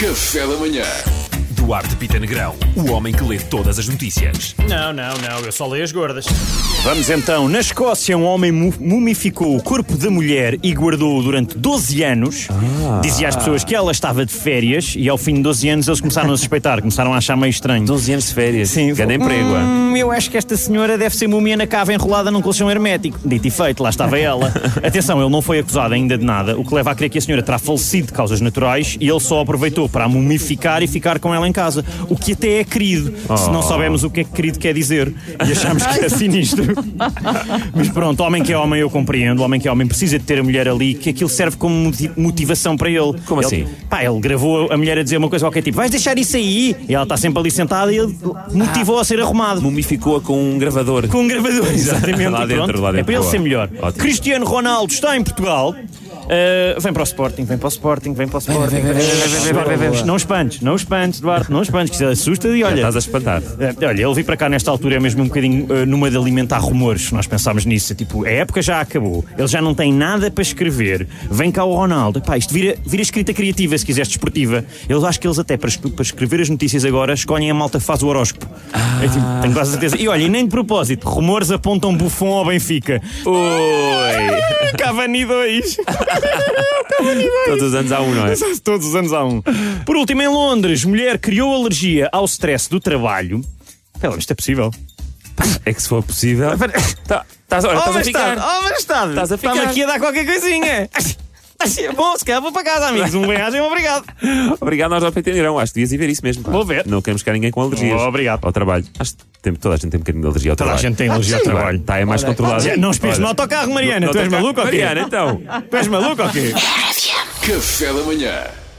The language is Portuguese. Café da Manhã. Duarte Pita Negrão, o homem que lê todas as notícias. Não, não, não, eu só leio as gordas. Vamos então, na Escócia, um homem mu- mumificou o corpo da mulher e guardou-o durante 12 anos. Dizia às pessoas que ela estava de férias e ao fim de 12 anos eles começaram a suspeitar, começaram a achar meio estranho. 12 anos de férias. Sim, Grande falou, emprego. ah. Hum, eu acho que esta senhora deve ser múmia na cava enrolada num colchão hermético. Dito e feito, lá estava ela. Atenção, ele não foi acusado ainda de nada, o que leva a crer que a senhora terá falecido de causas naturais e ele só aproveitou para a mumificar e ficar com ela em casa. O que até é querido, se Oh. não soubermos o que é que querido quer dizer e achamos que é sinistro. Mas pronto, homem que é homem eu compreendo, homem que é homem precisa de ter a mulher ali, que aquilo serve como moti- motivação para ele. Como Ele- assim? Pá, ele gravou a mulher a dizer uma coisa qualquer tipo, vais deixar isso aí? E ela está sempre ali sentada e ele motivou a ser arrumado. Mumificou-a com um gravador. Com um gravador, exatamente. Lá e dentro, pronto. lá É dentro, para ele boa. ser melhor. Ótimo. Cristiano Ronaldo está em Portugal. Uh, vem para o Sporting, vem para o Sporting, vem para o Sporting. vem- vem- vem- vem- vem- Não espantes, não espantes, Duarte, não espantes, que se assusta e olha. Estás a espantar. Eh, Olha, ele vir para cá nesta altura é mesmo um bocadinho eh, numa de alimentar rumores. Nós pensámos nisso. é Tipo, a época já acabou. Ele já não tem nada para escrever. Vem cá o Ronaldo. Epá, isto vira, vira escrita criativa, se quiseres, desportiva. Eu acho que eles até para, escre- para escrever as notícias agora escolhem a malta que faz o horóscopo. É tipo, tenho quase certeza. E olha, e nem de propósito. Rumores apontam Buffon ao Benfica. É. Oi! Cavani 2. Todos os anos há um, não é? Todos os anos há um. Por último, em Londres, mulher criou alergia ao stress do trabalho. Pelo isto é possível. É que se for possível. Tá- Estás olha, estás a ficar. Oh, majestade! Estás a Está-me ficar. aqui a dar qualquer coisinha! Assim, é Bom, se calhar vou para casa, amigos. Um beijo, obrigado. Obrigado, nós já entenderão. Acho que devias ir ver isso mesmo. pá. Vou ver. Não queremos ficar ninguém com alergias. Oh, obrigado. Ao trabalho. Acho que tem- toda a gente tem um bocadinho de alergia ao a trabalho. gente tem alergia ao Sim. trabalho. Tá, é mais controlado. Não espires no Olha, autocarro, Mariana. no Tu és autocarro. maluco ou quê? Mariana, então. Tu és maluco ou quê? Café da Manhã.